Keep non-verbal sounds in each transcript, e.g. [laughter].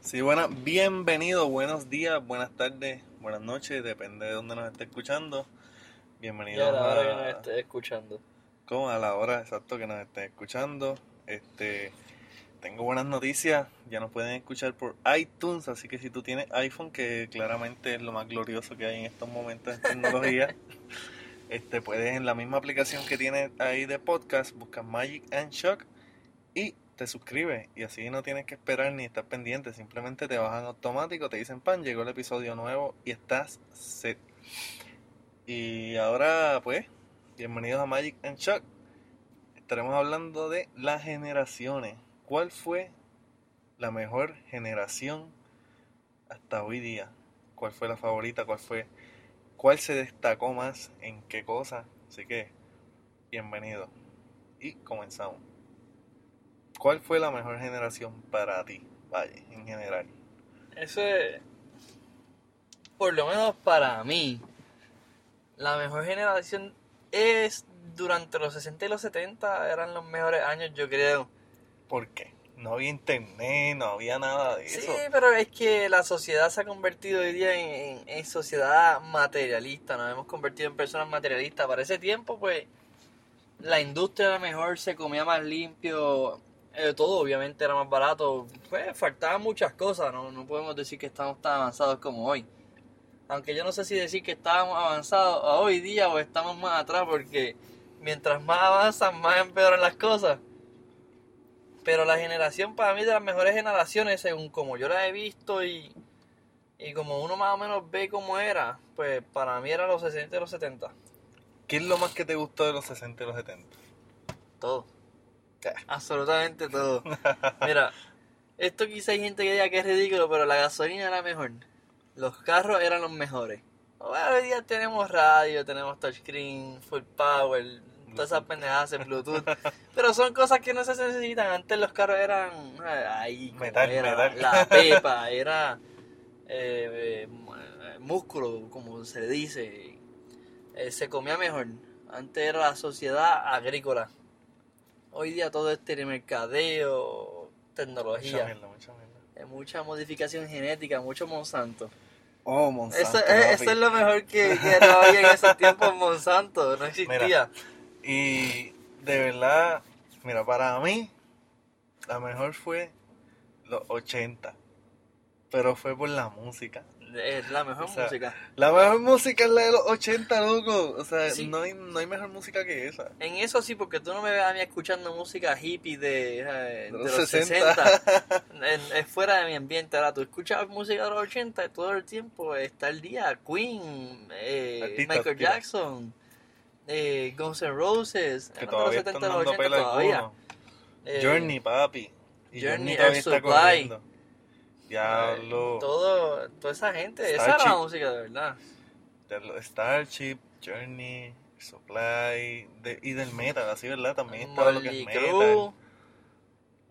Sí, bueno, bienvenido, buenos días, buenas tardes, buenas noches, depende de dónde nos esté escuchando. Ya Bienvenidos a la hora que este nos a, estés escuchando. ¿cómo? a la hora exacto que nos estén escuchando. Este, tengo buenas noticias, ya nos pueden escuchar por iTunes, así que si tú tienes iPhone, que claramente es lo más glorioso que hay en estos momentos en tecnología, este, puedes en la misma aplicación que tienes ahí de podcast, buscas Magic and Shock y te suscribes y así no tienes que esperar ni estar pendiente, simplemente te bajan automático, te dicen pan, llegó el episodio nuevo y estás set. Y ahora pues, bienvenidos a Magic and Shock. Estaremos hablando de las generaciones. ¿Cuál fue la mejor generación hasta hoy día? ¿Cuál fue la favorita? ¿Cuál fue cuál se destacó más en qué cosa? Así que bienvenido. Y comenzamos. ¿Cuál fue la mejor generación para ti, Valle, en general? Eso es, por lo menos para mí, la mejor generación es durante los 60 y los 70 eran los mejores años, yo creo. ¿Por qué? No había internet, no había nada de Sí, eso. pero es que la sociedad se ha convertido hoy día en, en- en sociedad materialista, nos hemos convertido en personas materialistas. Para ese tiempo, pues, la industria era mejor, se comía más limpio, eh, todo obviamente era más barato, pues faltaban muchas cosas, ¿no? no podemos decir que estamos tan avanzados como hoy. Aunque yo no sé si decir que estábamos avanzados a hoy día o estamos más atrás, porque mientras más avanzan, más empeoran las cosas. Pero la generación para mí de las mejores generaciones, según como yo la he visto y, y como uno más o menos ve cómo era, pues para mí eran los 60 y los 70. ¿Qué es lo más que te gustó de los 60 y los 70? Todo. ¿Qué? [laughs] Absolutamente todo. Mira, esto quizá hay gente que diga que es ridículo, pero la gasolina era mejor. Los carros eran los mejores. Ahora hoy día tenemos radio, tenemos touchscreen, full power, todas esas Bluetooth. pendejadas en Bluetooth. pero son cosas que no se necesitan. Antes los carros eran. Ahí, como Metal, era metal. [laughs] La pepa, era. eh, eh, mu- eh, músculo, como se le dice. Eh, se comía mejor. Antes era la sociedad agrícola. Hoy día todo es telemercadeo, Mucha tecnología, mierda, mucha mierda. eh, mucha modificación genética, mucho Monsanto. Oh, Monsanto. eso, es, papi. eso es lo mejor que, que no había en esos tiempos Monsanto, no existía. Y de verdad, mira, para mí, la mejor fue los 80. Pero fue por la música. Es la mejor O sea, música. La mejor música es la de los 80, loco. O sea, Sí. no, hay, no hay mejor música que esa. En eso sí, porque tú no me ves a mí escuchando música hippie de, eh, de Los los 60. 60. [laughs] En- es fuera de mi ambiente. Ahora tú escuchas música de los 80 y todo el tiempo, está el día. Queen, eh, Artista, Michael artista. Jackson, eh, Guns N' Roses, Que eran de los todavía están 70 los dando 80 pela todavía. alguno. Eh, Journey, papi. Y Journey, Journey, Air todavía está Supply. corriendo. eh, Diablo. todo, toda esa gente, esa Starship. era la música de verdad. de lo- Starship, Journey, Supply, de- y del metal, así, ¿verdad? También estaba lo que es Molly metal. Crew,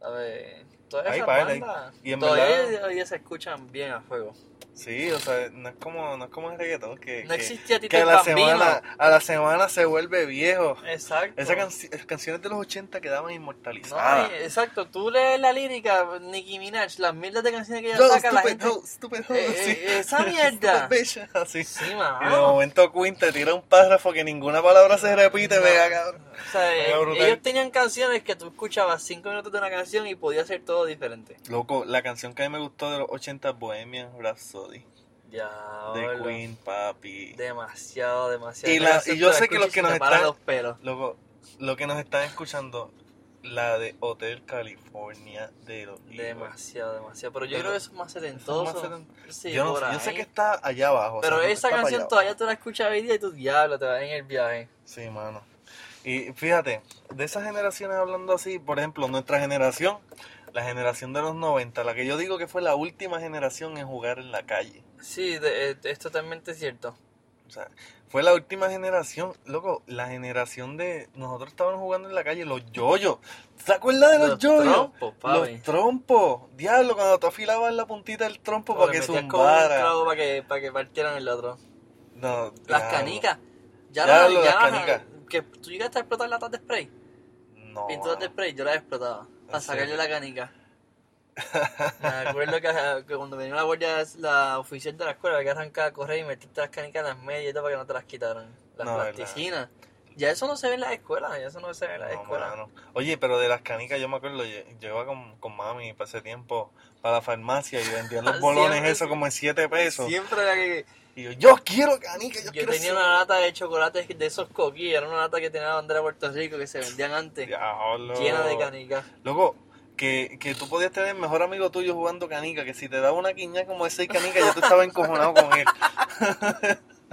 a ver, todas Hay esas par, hay- bandas y en todavía verdad- hoy día se escuchan bien a fuego. Sí, o sea, no es como, no es como el reggaetón que, No que- existía que Tito a, el la Bambino. semana, a la semana se vuelve viejo. Exacto. Esas canci- las canciones de los 80 quedaban No, inmortalizadas. y- exacto, tú lees la lírica, Nicki Minaj, las mierdas de canciones que ella Yo, saca, la stupid gente... hoe, stupid hoe, Eh, sí. [laughs] eh, esa Stupid mierda. Ah. bitch, así. Sí, Y de mano. momento Queen te tira un párrafo que ninguna palabra se repite, No. vea, cabrón. O sea, eh, Era brutal. ellos tenían canciones que tú escuchabas cinco minutos de una canción y podía ser todo diferente. Loco, la canción que a mí me gustó de los 80 Bohemian Rhapsody. Ya, De hola. Queen, papi. Demasiado, demasiado. Y Esa la- canción y yo tú la sé que los escuchas y que se nos te paran están- los pelos. Loco, lo que nos están escuchando, la de Hotel California de los Eagles. Demasiado, demasiado. Pero yo Pero creo que eso es más eso es setentoso. más seten- Sí, yo, no por sé, yo sé ahí. que está allá abajo. o sea, Pero no esa está para canción allá todavía tú la escuchas hoy día y tú diablo, te vas en el viaje. abajo. Sí, mano. Y fíjate, de esas generaciones hablando así, por ejemplo, nuestra generación, la generación de los 90, la que yo digo que fue la última generación en jugar en la calle. Sí, de- eh, es totalmente cierto. O sea, fue la última generación, loco, la generación de nosotros estábamos jugando en la calle, los yoyos. ¿Te acuerdas de los, yoyos? trompos, papi. Los trompos, diablo, cuando tú afilabas la puntita del trompo O para le que metías con un zumbara. clavo para que, para que partieran el otro. No, Las diablo. canicas. Ya Ya, las, hablo de ya las las- canicas. Que tú llegaste a explotar latas de spray. No. Pinturas de spray, yo las explotaba. Para ¿En sacarle [laughs] serio? la canica. Me acuerdo que, que cuando venía la guardia, la oficial de la escuela, había que arrancar a correr y meterte las canicas en las medias y todo para que no te las quitaran. Las No, ¿verdad? plasticinas. Ya eso no se ve en las escuelas, ya eso no se ve en las No, escuelas. mano. Oye, pero de las canicas yo me acuerdo, yo, yo iba con, con mami para ese tiempo para la farmacia y vendían [laughs] los bolones Siempre. eso como en 7 pesos. Siempre había que... Y yo, yo quiero canicas, yo, Yo quiero tenía eso. una lata de chocolates de esos coquí, era una lata que tenía la bandera de Puerto Rico que se vendían antes, Diablo. llena de canicas. Loco, que, que tú podías tener el mejor amigo tuyo jugando canica, que si te daba una quiña como de seis canicas, ya tú estabas encojonado con [laughs] él.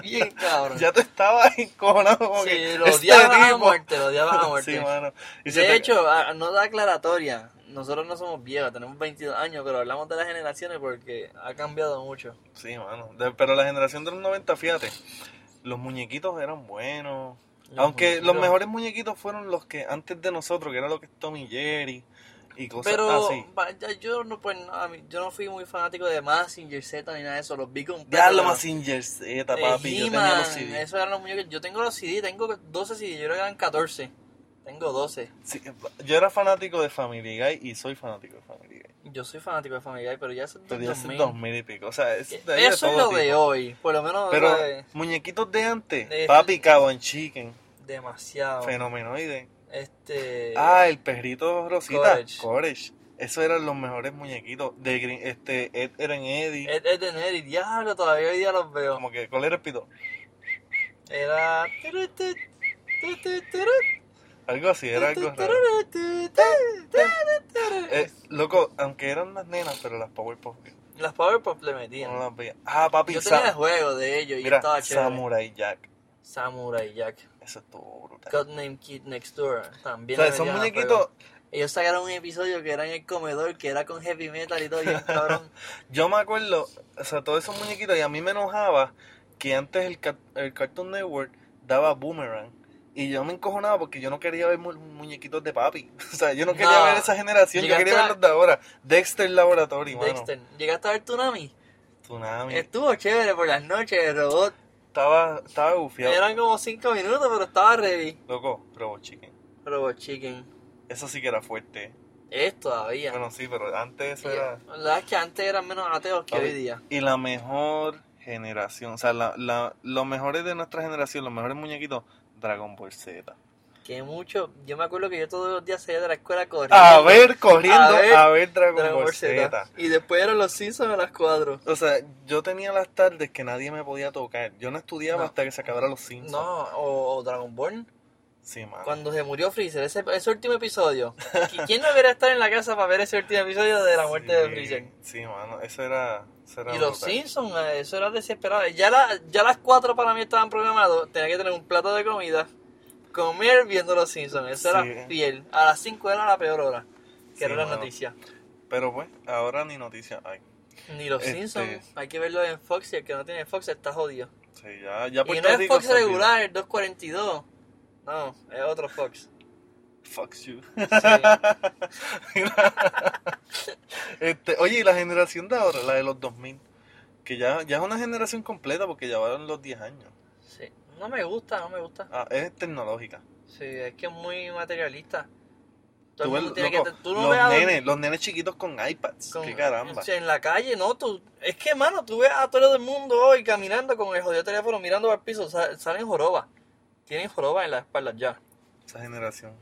Bien cabrón. [laughs] Ya tú estabas encojonado con él. Este Sí, lo odiaba a muerte, lo odiaba a muerte. [laughs] Sí, mano. Y se de te- hecho, a- a nota aclaratoria, nosotros no somos viejos, tenemos 22 años, pero hablamos de las generaciones porque ha cambiado mucho. Sí, mano. De- pero la generación de los 90, fíjate, los muñequitos eran buenos. Los Aunque los muñequitos- mejores muñequitos fueron los que antes de nosotros, que era lo que es Tommy Jerry y cosas ah, Pero así. va- ya- yo, no, pues, no, a mí- yo no fui muy fanático de Massinger Z ni nada de eso, los vi completos. Ya lo pero- más Z, Eh, papi. Yo tenía los He-Man, CD. Esos eran los muñecos. Yo tengo los CD, tengo 12 CD, yo creo que eran 14. Tengo 12. Sí, yo era fanático de Family Guy y soy fanático de Family Guy. Yo soy fanático de Family Guy, pero ya eso es Pero del ya es 2000. 2000 y pico. O sea, es de ahí de Eh, Eso es todo lo tipo. de hoy, por lo menos Pero ¿sabes? muñequitos de antes, De- papi, cabo en chicken, demasiado. fenomenoide. Este Ah, el perrito Rosita, Courage. Courage. Esos eran los mejores muñequitos. De Green, este, Ed, eran Eddie. es, es de Neri, diablo, todavía hoy día los veo. Como que, ¿cuál era el pito? Era turu, tu, tu, tu, turu, Algo así, era algo tu, raro. turu, tu, tu, turu, turu. Eh, loco, aunque eran las nenas, pero las Powerpuff Girls, Las Powerpuff le no metían. las veía. Ah, papi, Yo Sam- tenía el juego de ellos y mira, estaba chévere. Samurai Jack. Samurai Jack. Eso estuvo brutal. Codename Kid Next Door O también. sea, le son metían a muñequitos. fuego. Ellos sacaron un episodio que era en el comedor, que era con heavy metal y todo, y el cabrón. Yo me acuerdo, o sea, todos esos muñequitos, y a mí me enojaba que antes el, ca- el Cartoon Network daba Boomerang. Y yo me encojonaba porque yo no quería ver mu- muñequitos de papi. [laughs] O sea, yo no quería No. ver esa generación, yo Llegaste quería ver a- los de ahora. Dexter Laboratory, mano. Dexter. ¿Llegaste a ver Tsunami? Tsunami. Estuvo chévere por las noches, el robot. Estaba, estaba gufiado. Eran como 5 minutos, pero estaba ready. Loco, Robo Chicken. Robot Chicken. Eso sí que era fuerte. Es todavía. Bueno, sí, pero antes eso era... La verdad es que antes eran menos ateos que Papi, hoy día. Y la mejor generación, o sea, la, la- los mejores de nuestra generación, los mejores muñequitos, Dragon Ball Z. Que mucho. Yo me acuerdo que yo todos los días salía de la escuela corriendo. A ver, corriendo, a A ver, ver, Dragon, Dragon Ball Ball Ah, Z. Z. Y después eran los Simpsons a las 4. O sea, yo tenía las tardes que nadie me podía tocar. Yo no estudiaba No. hasta que se acabara los Simpsons. No, o, o Dragon Ball. Sí, mano. Cuando se murió Freezer, ese, ese [laughs] último episodio. ¿Qui- ¿Quién no hubiera estar en la casa para ver ese último episodio de la muerte de Sí, Freezer? Sí, mano, eso era... Eso era Y los brutal. Simpsons, eh, eso era desesperado. Ya, la- ya las cuatro para mí estaban programados. Tenía que tener un plato de comida, comer viendo los Simpsons. Eso Sí. era fiel. A las 5 era la peor hora, que Sí, era la mano. noticia. Pero pues, ahora ni noticias hay. Ni los Este- Simpsons, hay que verlo en Fox y el que no tiene Fox está jodido. Sí, ya, ya Y Puerto no es Rico Fox se olvidó. regular, el 242. No, es [laughs] otro Fox. Fuck you. Sí. Este, oye, y la generación de ahora, la de los 2000, que ya, ya es una generación completa porque ya van los 10 años. Sí. No me gusta, no me gusta. Ah, es tecnológica. Sí, es que es muy materialista. Tú Todo el ves, mundo tiene que loco, te- tú no los, veas a- nenes, los nenes chiquitos con iPads. con- Qué caramba. o sea, en la calle, no, tú, es que mano, tú ves a todo el mundo hoy caminando con el jodido teléfono mirando al piso, sa- salen joroba. Tienen joroba en las espaldas ya. Esa generación.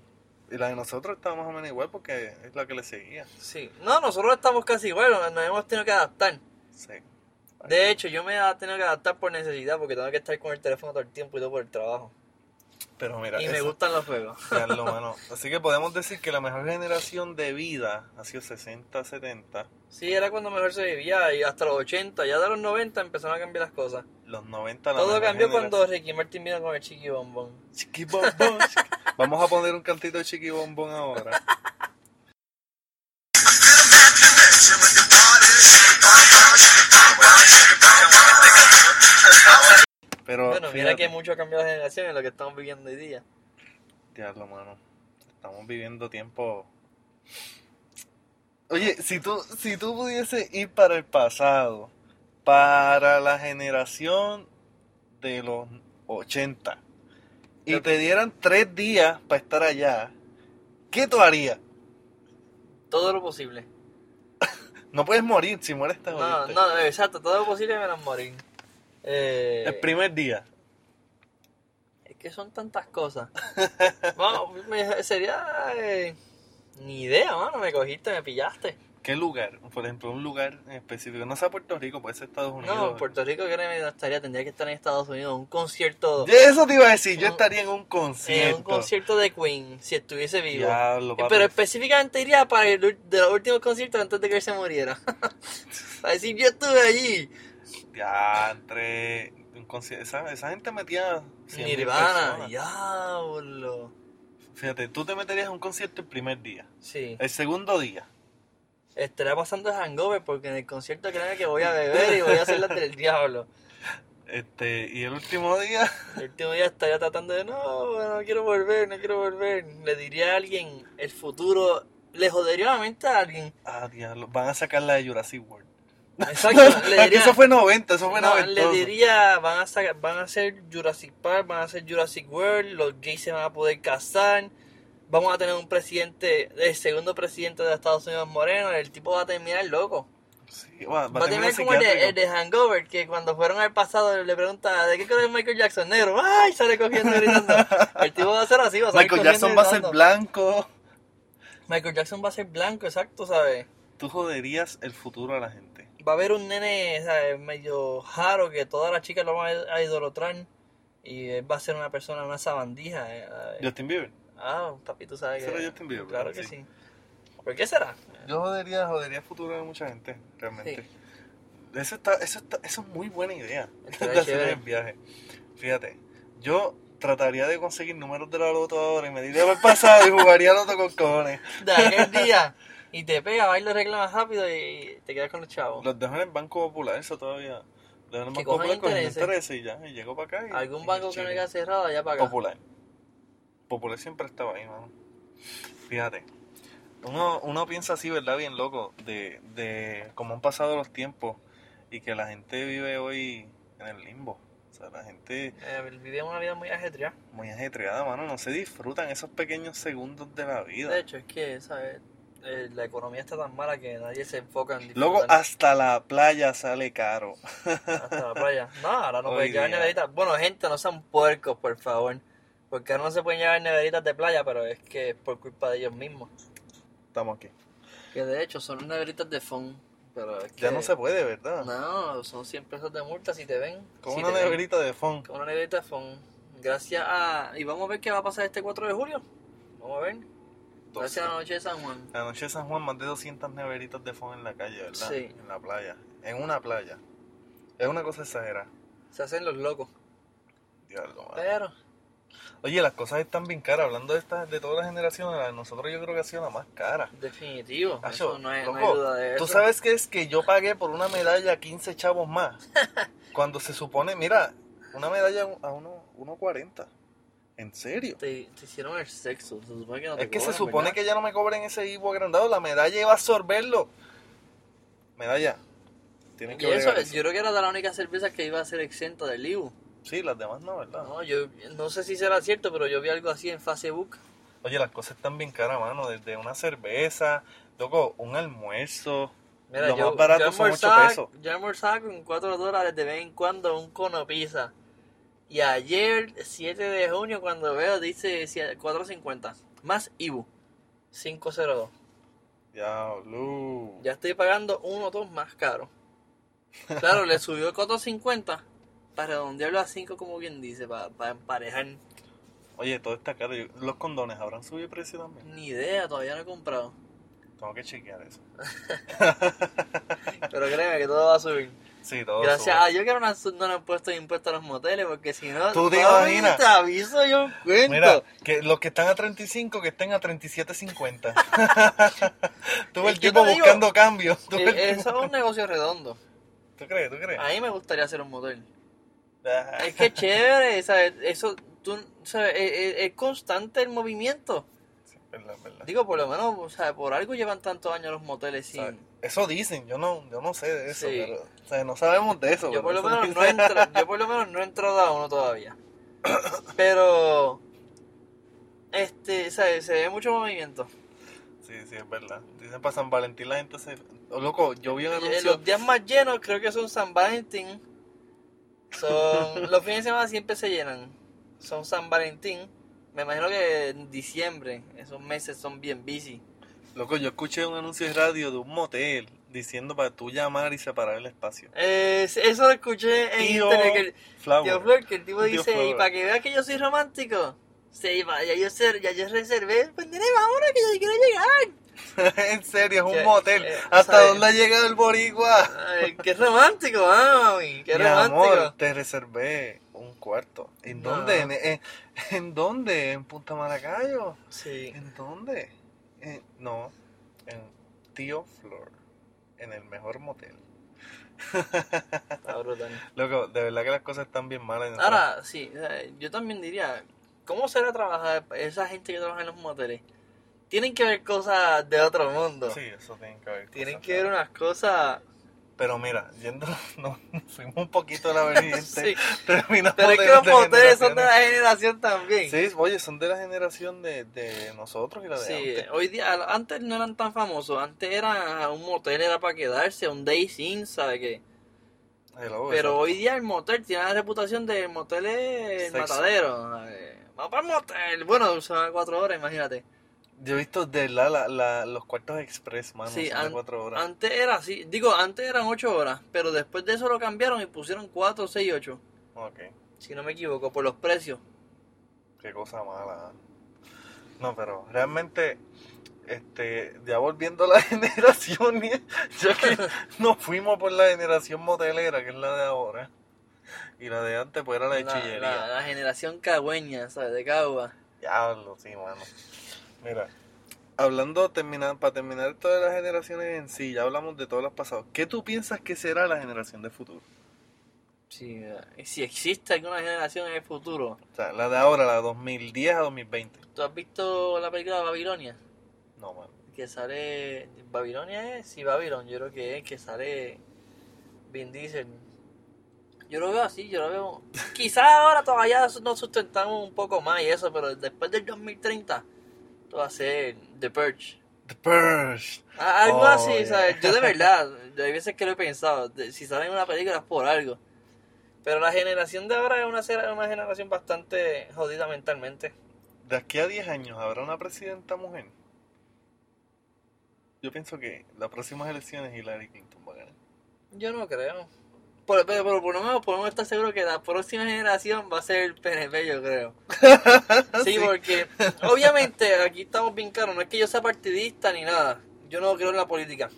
Y la de nosotros está más o menos igual porque es la que le seguía. Sí. No, nosotros estamos casi igual, nos- nos hemos tenido que adaptar. Sí. De hecho, yo me he tenido que adaptar por necesidad porque tengo que estar con el teléfono todo el tiempo y todo por el trabajo. Pero mira, y me eso- gustan los juegos. Diablo, mano. Así que podemos decir que la mejor generación de vida ha sido 60, 70. Sí, era cuando mejor se vivía y hasta los 80, ya de los 90 empezaron a cambiar las cosas. Los 90, la Todo mejor cambió generación. cuando Ricky Martin vino con el chiqui bombón. Chiquibombón. chiqui- Vamos a poner un cantito de chiquibombón ahora. Pero Bueno, mira fíjate, que mucho ha cambiado la generación en lo que estamos viviendo hoy día. diablo, mano. Estamos viviendo tiempo. Oye, si tú, si tú pudieses ir para el pasado, para la generación de los 80, y Yo- te dieran tres días para estar allá, ¿qué tú harías? Todo lo posible. No puedes morir, si mueres te No, jodiste. no, exacto, todo lo posible menos morir. Eh, El primer día. es que son tantas [laughs] cosas. Vamos, me- sería. eh, ni idea, mano, me cogiste, me pillaste. ¿Qué lugar? Por ejemplo, un lugar en específico. No sea Puerto Rico, puede ser Estados Unidos. No, en Puerto Rico créeme, no estaría, tendría que estar en Estados Unidos, un concierto. Ya, Eso te iba a decir, yo Un- estaría en un eh, concierto. un concierto de Queen, si estuviese vivo. Diablo, Eh, papi. Pero específicamente iría para el ul- de los últimos conciertos antes de que él se muriera. [laughs] para decir, yo estuve allí. Diantre, un conci- esa, esa gente metía 100.000 Nirvana, personas. diablo. Fíjate, tú te meterías a un concierto el primer día. Sí. El segundo día. Estará pasando hangover porque en el concierto créeme que voy a beber y voy a hacer las del diablo. Este, y el último día, El último día estaría tratando de, no, no quiero volver, no quiero volver. Le diría a alguien el futuro, le jodería la mente a alguien. ah, diablo, van a sacar la de Jurassic World. [laughs] Exacto, le Ah, que diría... eso fue 90, eso fue No, 90. le diría, van a, sacar- van a hacer Jurassic Park, van a hacer Jurassic World, los gays se van a poder casar, vamos a tener un presidente, el segundo presidente de Estados Unidos moreno, el tipo va a terminar loco. Sí, va, Va, a terminar como el de, el de Hangover, que cuando fueron al pasado le pregunta, ¿de qué color es Michael Jackson? Negro, ¡ay! Sale cogiendo [laughs] y gritando. El tipo va a ser así, va a salir Michael corriendo y Jackson va a ser gritando. blanco. Michael Jackson va a ser blanco, exacto, ¿sabes? Tú joderías el futuro a la gente. va a haber un nene ¿sabes? medio raro que todas las chicas lo van a idolatrar y él va a ser una persona, una sabandija. eh, a ver. Justin Bieber. Ah, papi, tú sabes que... Será Justin Bieber, Claro que sí. sí. ¿Por qué será? Yo jodería, jodería el futuro de mucha gente, realmente. Sí. Eso, está, eso, está, eso es muy buena idea. [laughs] Estaría de hacer chévere. el viaje. Fíjate, yo trataría de conseguir números de la loto ahora y me diría el pasado y jugaría loto con cojones. De aquel día y te pega, va y lo arregla más rápido y te quedas con los chavos. Los dejo en el Banco Popular, eso todavía. Los dejo en el Que Banco cojan Popular con el intereses. interés y ya, y llego para acá. Y, Algún y banco que chillo. no haya cerrado allá para acá. Popular. Popular siempre estaba ahí, mano. Fíjate. Uno, uno piensa así, ¿verdad? Bien loco, de, de cómo han pasado los tiempos y que la gente vive hoy en el limbo. O sea, la gente Eh, vivimos una vida muy ajetreada. muy ajetreada, mano, no se disfrutan esos pequeños segundos de la vida. De hecho, es que, ¿sabes? Eh, la economía está tan mala que nadie se enfoca en Luego disfrutar. hasta la playa sale caro. Hasta la playa. No, ahora no Hoy pueden llevar día. neveritas. Bueno, gente, no sean puercos, por favor. Porque ahora no se pueden llevar neveritas de playa, pero es que es por culpa de ellos mismos. Estamos aquí. Que de hecho son neveritas de fondo Pero es que. Ya no se puede, ¿verdad? No, son 100 pesos de multa si te ven. Con si una te ven. neverita de funk. Con una neverita de fondo Gracias a. Y vamos a ver qué va a pasar este 4 de julio. Vamos a ver. Gracias a la noche de San Juan. La noche de San Juan, más de 200 neveritas de fondo en la calle, ¿verdad? Sí. En la playa. En una playa. Es una cosa exagerada. Se hacen los locos. Diablo, mano. Pero. Oye, las cosas están bien caras. Hablando de estas, de todas las generaciones, la de nosotros yo creo que ha sido la más cara. Definitivo. Acho, eso no, hay, no hay loco, duda de eso. ¿Tú sabes qué es que yo pagué por una medalla 15 chavos [laughs] más? Cuando se supone, mira, una medalla a uno- 1.40. ¿En serio? Te, te hicieron el sexo. Se supone que no te Es que se cobran, supone ¿verdad? que ya no me cobren ese hipo agrandado. La medalla iba a absorberlo. Medalla. Tienen que Y eso, bregar eso. yo creo que era de las únicas cervezas que iba a ser exenta del IBU. Sí, las demás no, ¿verdad? No, yo no sé si será cierto, pero yo vi algo así en Facebook. Oye, las cosas están bien caras, mano. Desde una cerveza, loco, un almuerzo. Mira, Lo yo, más barato yo son ocho almorzaba- pesos. Yo almorzaba con 4 dólares de vez en cuando un cono pizza. Y ayer, 7 de junio, cuando veo, dice 4.50. Más IBU. 502. Diablo. Ya estoy pagando uno o dos más caro. Claro, le subió 4.50 para redondearlo a 5, como bien dice, para, para emparejar. Oye, todo está caro. Yo- Los condones habrán subido de precio también. Ni idea, todavía no he comprado. Tengo que chequear eso. Pero créeme que todo va a subir. Sí, todo Gracias Ah, sube. a Dios que no nos no nos han puesto impuestos a los moteles, porque si no. ¿Tú te papi, imaginas? Te aviso yo un cuento. Mira, que los que están a 35, que estén a 37.50. [laughs] Tuve Es el que tipo te digo, buscando cambios. [laughs] Tuve el Eh, tipo- eso es un [laughs] negocio redondo. ¿Tú crees? ¿Tú crees? A mí me gustaría hacer un motel. Ah, Es que es chévere, [laughs] ¿sabes? Eso, tú, ¿sabes? Es, es- es constante el movimiento. sí, verdad, verdad. Digo, por lo menos, o sea, por algo llevan tantos años los moteles sin. ¿Sabes? Eso dicen, yo no, yo no sé de eso, Sí. pero, o sea, no sabemos de eso. Yo por, pero lo eso menos no dicen. entro, yo por lo menos no he entrado a [coughs] uno todavía. Pero. Este, ¿sabes? Se ve mucho movimiento. Sí, sí, es verdad. Dicen para San Valentín la gente se... Oh, loco, yo vi un Eh, anuncio. los días más llenos creo que son San Valentín. [laughs] Son, los fines de semana siempre se llenan. Son San Valentín. Me imagino que en diciembre, esos meses son bien busy. Loco, yo escuché un anuncio de radio de un motel diciendo para tú llamar y separar el espacio. Eh, eso lo escuché en Tío internet. Que el, Flower. tío Flor, que el tipo Tío dice, y Flor. para que veas que yo soy romántico. Sí, pa- ya yo, ser, ya yo reservé. Pues nene, vámonos, que yo quiero llegar. [laughs] en serio, es Que- un motel. eh, ¿Hasta ¿sabes? dónde ha llegado el boricua? Ay, qué romántico, ah, mami, qué Mi romántico. amor, te reservé un cuarto. ¿En No. dónde? ¿En, en, en dónde? ¿En Punta Maracayo? Sí. ¿En dónde? En- no, en Tío Flor. En el mejor motel. Está brutal. Loco, de verdad que las cosas están bien malas. en nuestra- Ahora, sí, eh, yo también diría, ¿cómo será trabajar esa gente que trabaja en los moteles? Tienen que ver cosas de otro mundo. Sí, eso tiene que haber. Tienen cosas que ver raras. unas [laughs] cosas... Pero mira, yendo, [laughs] no, fuimos un poquito de la vertiente. [laughs] Sí, Terminamos pero es de- que los de moteles son de generaciones. la generación también. Sí, oye, son de la generación de, de nosotros y la de Sí, eh, antes. hoy día, al- antes no eran tan famosos, antes era un motel, era para quedarse, un day sin, ¿sabe qué? Hello, Pero eso. hoy día el motel tiene la reputación de motel es el Sexo. matadero. ¿sabe? Vamos para el motel, bueno, son cuatro horas, imagínate. Yo he visto de la, la- la- los cuartos express, mano, Sí, son de an- cuatro horas. Antes era así, digo, antes eran ocho horas, pero después de eso lo cambiaron y pusieron cuatro, seis, ocho, Ok, si no me equivoco, por los precios. qué cosa mala. No, pero realmente, este, ya volviendo a la [laughs] generación, ya que nos fuimos por la generación motelera, que es la de ahora, y la de antes, pues era la de [laughs] La, chillería. la- la generación cagüeña, ¿sabes? De cagua. Diablo, sí, mano. Mira, hablando, termina- para terminar esto de las generaciones en sí, ya hablamos de todas las pasadas. ¿Qué tú piensas que será la generación del futuro? Sí, eh, si existe alguna generación en el futuro. O sea, la de ahora, la de 2010 a 2020. ¿Tú has visto la película de Babilonia? No, mano. Que sale. ¿Babilonia es? Sí, Babilón, yo creo que es, que sale. Vin Diesel. Yo lo veo así, yo lo veo. Quizás ahora todavía nos sustentamos un poco más y eso, pero después del 2030, todo va a ser The Purge. The Purge. A- Algo Oh, así, yeah. ¿sabes? [laughs] Yo de verdad, hay veces que lo he pensado. de- si sale en una película es por algo. Pero la generación de ahora es una, ser- una generación bastante jodida mentalmente. De aquí a 10 años, ¿habrá una presidenta mujer? Yo pienso que las próximas elecciones Hillary Clinton va a ganar. Yo no creo. Por- pero, pero por lo menos podemos estar seguros que la próxima generación va a ser el PNP, yo creo. Sí, porque obviamente aquí estamos bien claros, no es que yo sea partidista ni nada. Yo no creo en la política.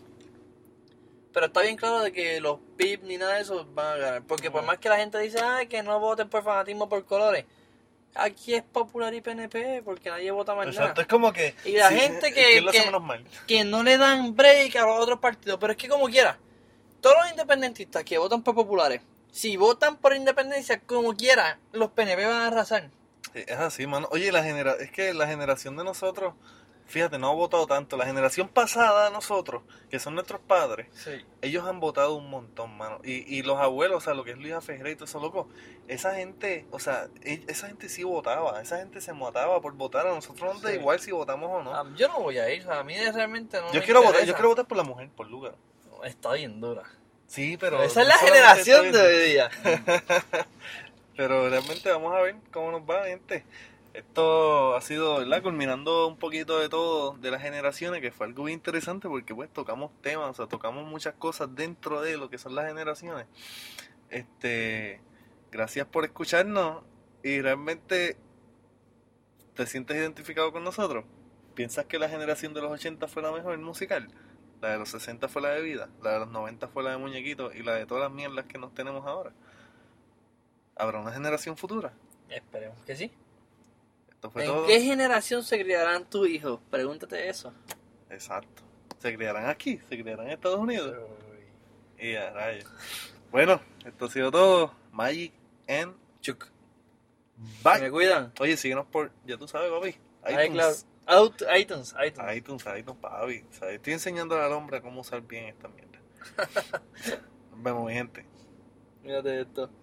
Pero está bien claro de que los PIB ni nada de eso van a ganar. Porque por No. más que la gente dice, ay, que no voten por fanatismo por colores. Aquí es popular y PNP porque nadie vota más Exacto, nada. es como que. Pues Y la gente que- ¿quién lo hace que- menos mal? Que no le dan break a los otros partidos. Pero es que como quiera, todos los independentistas que votan por populares, si votan por independencia como quiera, los PNP van a arrasar. Sí, Es así, mano. Oye, la genera es que la generación de nosotros, fíjate, no ha votado tanto. La generación pasada de nosotros, que son nuestros padres, Sí. ellos han votado un montón, mano. Y, y los abuelos, o sea, lo que es Luisa Ferreira y todo eso, loco, esa gente, o sea, e- esa gente sí votaba, esa gente se mataba por votar. A nosotros nos da Sí. igual si votamos o no. Ah, yo no voy a ir, o sea, a mí realmente no yo me quiero votar, yo interesa. quiero votar por la mujer, por lugar. Está bien dura. Sí, pero. Esa es no la solamente generación de estoy- hoy día. Pero realmente vamos a ver cómo nos va, gente. Esto ha sido, ¿verdad? Culminando un poquito de todo, de las generaciones, que fue algo bien interesante porque pues tocamos temas, o sea, tocamos muchas cosas dentro de lo que son las generaciones. Este, gracias por escucharnos y realmente te sientes identificado con nosotros. ¿Piensas que la generación de los 80 fue la mejor musical? La de los 60 fue la de vida, la de los 90 fue la de muñequitos y la de todas las mierdas que nos tenemos ahora. ¿Habrá una generación futura? Esperemos que sí. Esto fue ¿En todo. qué generación se criarán tus hijos? Pregúntate eso. Exacto. Se criarán aquí, se criarán en Estados Unidos. Y a rayos. Bueno, esto ha sido todo. Magic and Chuk. Bye. Me cuidan. Oye, síguenos por, ya tú sabes, papi. iCloud. iTunes. Out, iTunes, iTunes. iTunes, iTunes, papi. O sea, estoy enseñando al hombre a [laughs] cómo usar bien esta mierda. Nos vemos, mi gente. Mírate esto.